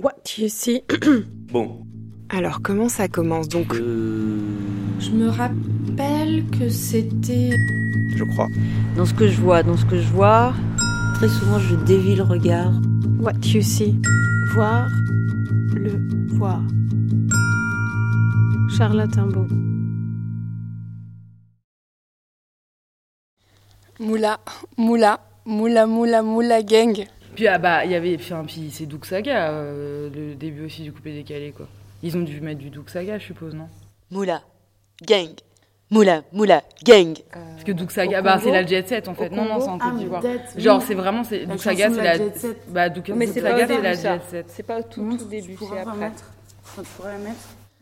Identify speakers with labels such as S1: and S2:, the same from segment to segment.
S1: What you see.
S2: Bon.
S3: Alors comment ça commence donc
S4: Je me rappelle que c'était.
S2: Je crois.
S5: Dans ce que je vois, dans ce que je vois, très souvent je dévie le regard.
S1: What you see.
S4: Voir. Le voir. Charlotte Imbeau.
S6: Moula, moula, moula, moula, moula gang.
S7: Puis ah bah il y avait enfin, puis c'est Doug Saga euh, le début aussi du coupé décalé quoi. Ils ont dû mettre du Doug Saga je suppose non
S5: Moula, gang. Moula, moula, gang.
S7: Parce que Doug Saga bah c'est la jet set en fait. Non non c'est en Côte d'Ivoire. Genre c'est vraiment c'est Doug Saga c'est la bah Doug,
S8: Mais
S7: Doug
S8: c'est pas
S7: Saga
S8: au
S7: c'est la
S8: début, ça.
S7: jet set.
S8: C'est pas au tout, tout début, c'est après.
S4: Enfin, tu pourrais la mettre.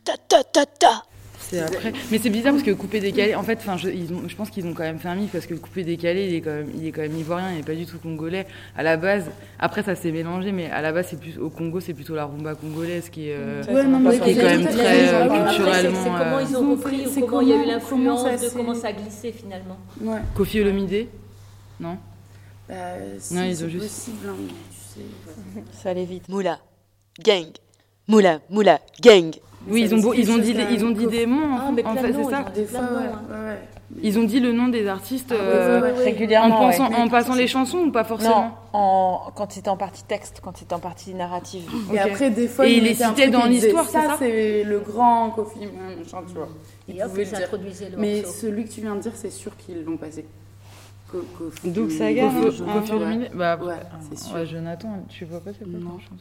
S5: Ta ta ta ta.
S7: C'est après. Mais c'est bizarre parce que coupé décalé en fait enfin je, ils ont- je pense qu'ils ont quand même fait un mix parce que coupé décalé il est quand même il est quand même ivoirien il est pas du tout congolais à la base. Après ça s'est mélangé mais à la base c'est plus au Congo c'est plutôt la rumba congolaise qui est euh,
S4: Ouais, non,
S7: Parce
S4: mais
S7: qu'il est quand même très, euh, culturellement,
S9: C'est
S7: euh,
S9: comment ils ont repris, ou
S4: c'est
S9: comment il y a eu
S4: comment-
S9: l'influence
S4: comment ça
S9: de
S4: s'est-
S9: comment ça a glissé finalement.
S4: Ouais.
S7: Kofi Olomide non
S4: Bah, si,
S7: Non, ils ont
S4: c'est
S7: juste-
S4: possible, hein, mais tu sais. ouais.
S8: Ça allait vite.
S5: Moula, gang. Moula, moula, gang.
S7: Oui,
S4: Ça
S7: ils ont, beau- ils ont dit,
S4: explique
S7: ils ont dit
S4: que-
S7: des mots, en,
S9: Ah, mais
S7: en
S9: plein
S7: fait,
S9: de
S7: c'est
S9: noms,
S7: ça.
S9: ils ont
S4: Des
S9: dit
S4: fois,
S9: plein de
S4: ouais,
S10: hein.
S9: noms,
S4: ouais, ouais.
S7: Ils ont dit le nom des artistes
S4: Ah,
S7: euh,
S4: ouais, ouais.
S7: en,
S8: Régulièrement.
S7: pensant,
S4: ouais.
S7: en passant les chansons ou pas
S8: Non,
S7: forcément
S8: en... quand c'était en partie texte, quand c'était en partie narrative.
S4: Et
S7: Ok.
S4: après, des fois,
S7: Et il est
S4: mettait un
S7: cité
S4: truc,
S7: dans
S4: il disait,
S7: l'histoire, c'est ça
S4: c'est le grand Kofi, machin, tu vois. Il
S9: Et hop,
S4: pouvait le
S9: ils
S4: dire.
S9: introduisaient le
S4: Mais
S9: morceau.
S4: celui que tu viens de dire, c'est sûr qu'ils l'ont passé. Co- Kofi-
S3: Doug Saga,
S4: Kofi-
S3: non
S7: Kofi-
S4: Kofi-
S7: Kofi
S4: ouais.
S7: Olomide Bah, après-
S4: Ouais, c'est sûr.
S7: ouais, Jonathan, tu vois pas c'est quoi
S4: Non.
S7: comme chanson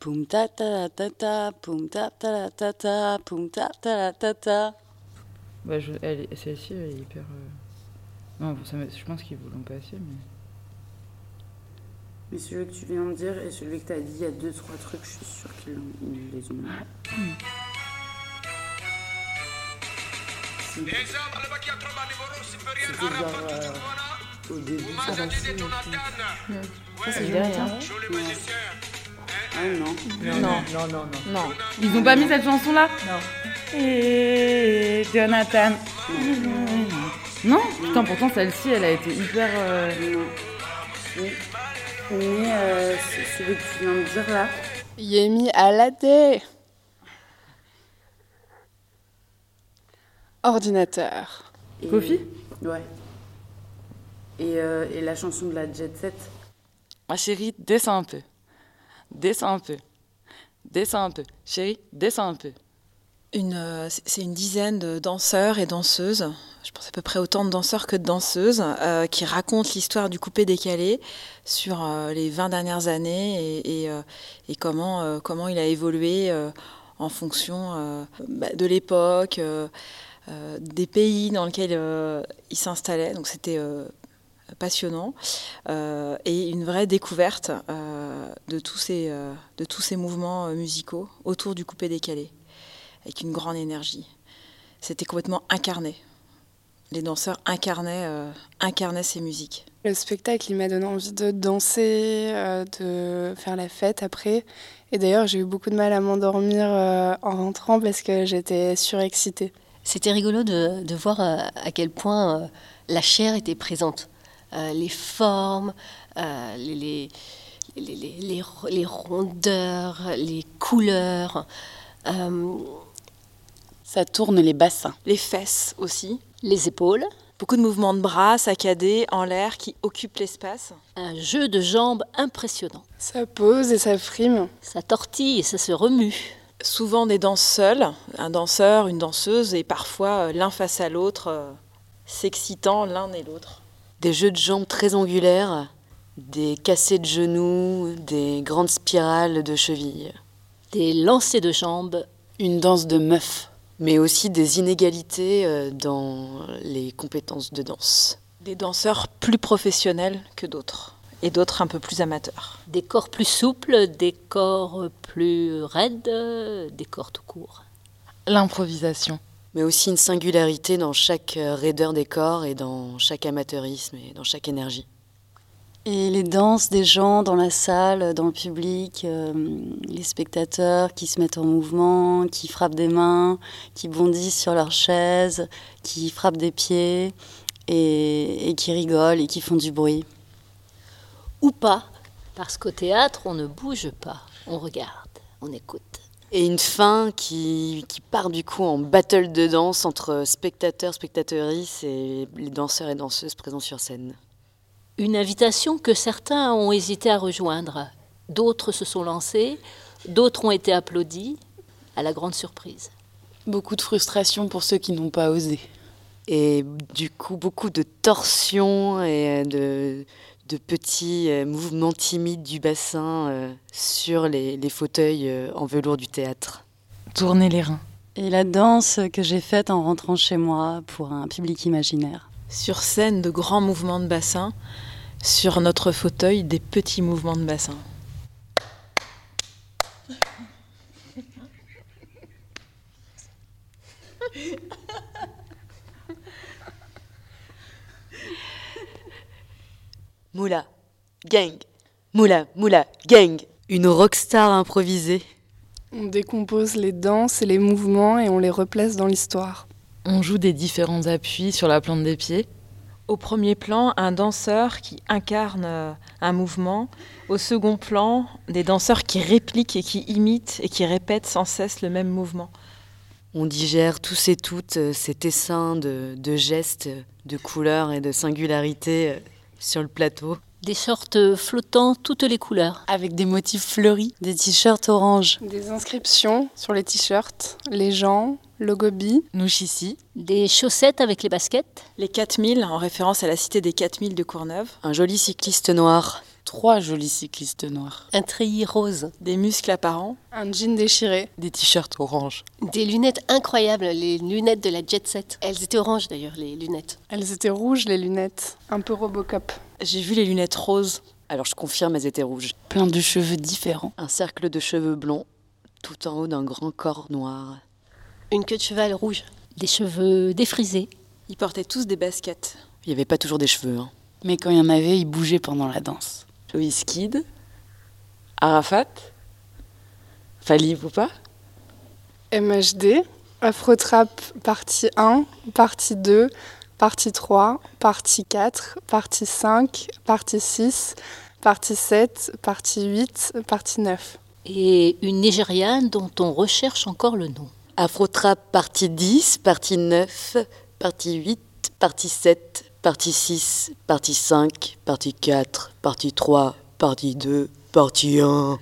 S3: Poum ta ta ta ta, poum ta ta ta ta, poum ta ta ta ta.
S7: bah, je- elle est- Celle-ci, elle est hyper. euh, Non, bon, ça me- je pense qu'ils vous l'ont passé, mais.
S4: Mais celui que tu viens de dire et celui que tu as dit, il y a deux, trois trucs, je suis sûre qu'ils l'ont- ils les ont. Si. C'était genre euh, au début.
S8: C'est derrière.
S4: Ah non.
S8: Non,
S7: Non, non, non.
S8: non.
S7: Ils ont pas mis cette chanson-là
S8: Non.
S7: Et Jonathan. Non Putain, pourtant, celle-ci, elle a été hyper. euh,
S4: non. Mais, mais, euh, c- celui que tu viens de dire là,
S6: Yemi Alade. Ordinateur.
S4: Et-
S7: Kofi
S4: Ouais. Et, euh, et la chanson de la Jet Set
S3: Ma chérie, descends un peu. Descends un peu. Descends un peu. Chérie, descends un peu.
S11: Une, euh, c'est- c'est une dizaine de danseurs et danseuses, je pense à peu près autant de danseurs que de danseuses, euh, qui racontent l'histoire du coupé-décalé sur euh, les 20 dernières années et, et, euh, et comment, euh, comment il a évolué euh, en fonction euh, bah, de l'époque, euh, euh, des pays dans lesquels euh, il s'installait. Donc c'était euh, passionnant euh, et une vraie découverte euh, de, tous ces, euh, de tous ces mouvements euh, musicaux autour du coupé-décalé avec une grande énergie. C'était complètement incarné. Les danseurs incarnaient, euh, incarnaient ces musiques.
S6: Le spectacle, il m'a donné envie de danser, euh, de faire la fête après. Et d'ailleurs, j'ai eu beaucoup de mal à m'endormir euh, en rentrant parce que j'étais surexcitée.
S12: C'était rigolo de, de voir euh, à quel point euh, la chair était présente. Euh, les formes, euh, les, les, les- les- les ro- les rondeurs, les couleurs, euh,
S10: Ça tourne les bassins.
S11: Les fesses aussi.
S12: les épaules.
S11: Beaucoup de mouvements de bras saccadés en l'air qui occupent l'espace.
S12: Un jeu de jambes impressionnant.
S6: Ça pose et ça frime.
S12: Ça tortille et ça se remue.
S11: Souvent des danses seules, un danseur, une danseuse, et parfois euh, l'un face à l'autre, euh, s'excitant l'un et l'autre.
S10: Des jeux de jambes très angulaires, des cassés de genoux, des grandes spirales de chevilles.
S12: Des lancers de jambes.
S10: Une danse de meuf, mais aussi des inégalités euh, dans les compétences de danse.
S11: Des danseurs plus professionnels que d'autres, et d'autres un peu plus amateurs.
S12: Des corps plus souples, des corps plus raides, euh, des corps tout court.
S10: L'improvisation. Mais aussi une singularité dans chaque euh, raideur des corps et dans chaque amateurisme et dans chaque énergie.
S13: Et les danses des gens dans la salle, dans le public, euh, les spectateurs qui se mettent en mouvement, qui frappent des mains, qui bondissent sur leurs chaises, qui frappent des pieds et, et qui rigolent et qui font du bruit.
S12: Ou pas, parce qu'au théâtre, on ne bouge pas, on regarde. on écoute.
S10: Et une fin qui, qui part du coup en battle de danse entre spectateurs, spectatrices et les danseurs et danseuses présents sur scène.
S12: Une invitation que certains ont hésité à rejoindre. D'autres se sont lancés, d'autres ont été applaudis, à la grande surprise.
S14: Beaucoup de frustration pour ceux qui n'ont pas osé.
S10: Et du coup, beaucoup de torsions et euh, de, de petits euh, mouvements timides du bassin euh, sur les, les fauteuils euh, en velours du théâtre.
S3: Tourner les reins.
S13: Et la danse que j'ai faite en rentrant chez moi pour un public imaginaire.
S11: Sur scène, de grands mouvements de bassin. Sur notre fauteuil, des petits mouvements de bassin.
S10: Moula, gang. Moula, moula, gang. Une rockstar improvisée.
S6: On décompose les danses et les mouvements et on les replace dans l'histoire.
S3: On joue des différents appuis sur la plante des pieds.
S11: Au premier plan, un danseur qui incarne euh, un mouvement. Au second plan, des danseurs qui répliquent et qui imitent et qui répètent sans cesse le même mouvement.
S10: On digère tous et toutes euh, cet essaim de, de gestes, de couleurs et de singularités euh, sur le plateau.
S12: Des shorts flottants, toutes les couleurs.
S14: Avec des motifs fleuris.
S13: Des t-shirts orange.
S6: Des inscriptions sur les t-shirts, les gens, le gobi.
S7: Nouchissi.
S12: Des chaussettes avec les baskets.
S11: Les 4000, en référence à la cité des 4000 de Courneuve.
S10: Un joli cycliste noir.
S14: Trois jolis cyclistes noirs.
S12: Un treillis rose.
S11: Des muscles apparents.
S6: Un jean déchiré.
S14: Des t-shirts orange.
S12: Des lunettes incroyables, les lunettes de la jet set. Elles étaient oranges d'ailleurs, les lunettes.
S6: Elles étaient rouges, les lunettes. Un peu Robocop.
S11: J'ai vu les lunettes roses.
S10: Alors je confirme, elles étaient rouges.
S14: Plein de cheveux différents.
S10: Un cercle de cheveux blonds, tout en haut d'un grand corps noir.
S12: Une queue de cheval rouge. Des cheveux défrisés.
S11: Ils portaient tous des baskets.
S10: Il n'y avait pas toujours des cheveux. Hein.
S14: Mais quand il y en avait, ils bougeaient pendant la danse.
S7: Louis Kidd, Arafat, Falib ou pas
S6: MHD, Afrotrap partie 1, partie 2, partie 3, partie 4, partie 5, partie 6, partie 7, partie 8, partie 9.
S12: Et une Nigériane dont on recherche encore le nom.
S10: Afrotrap partie 10, partie 9, partie 8, partie 7, partie 6, partie 5, partie 4, partie 3, partie 2, partie 1.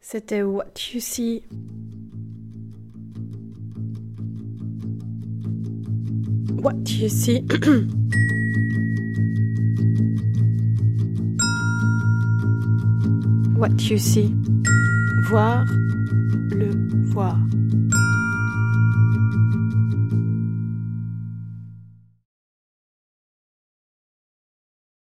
S1: C'était What You See. What You See. What You See. Voir le voir.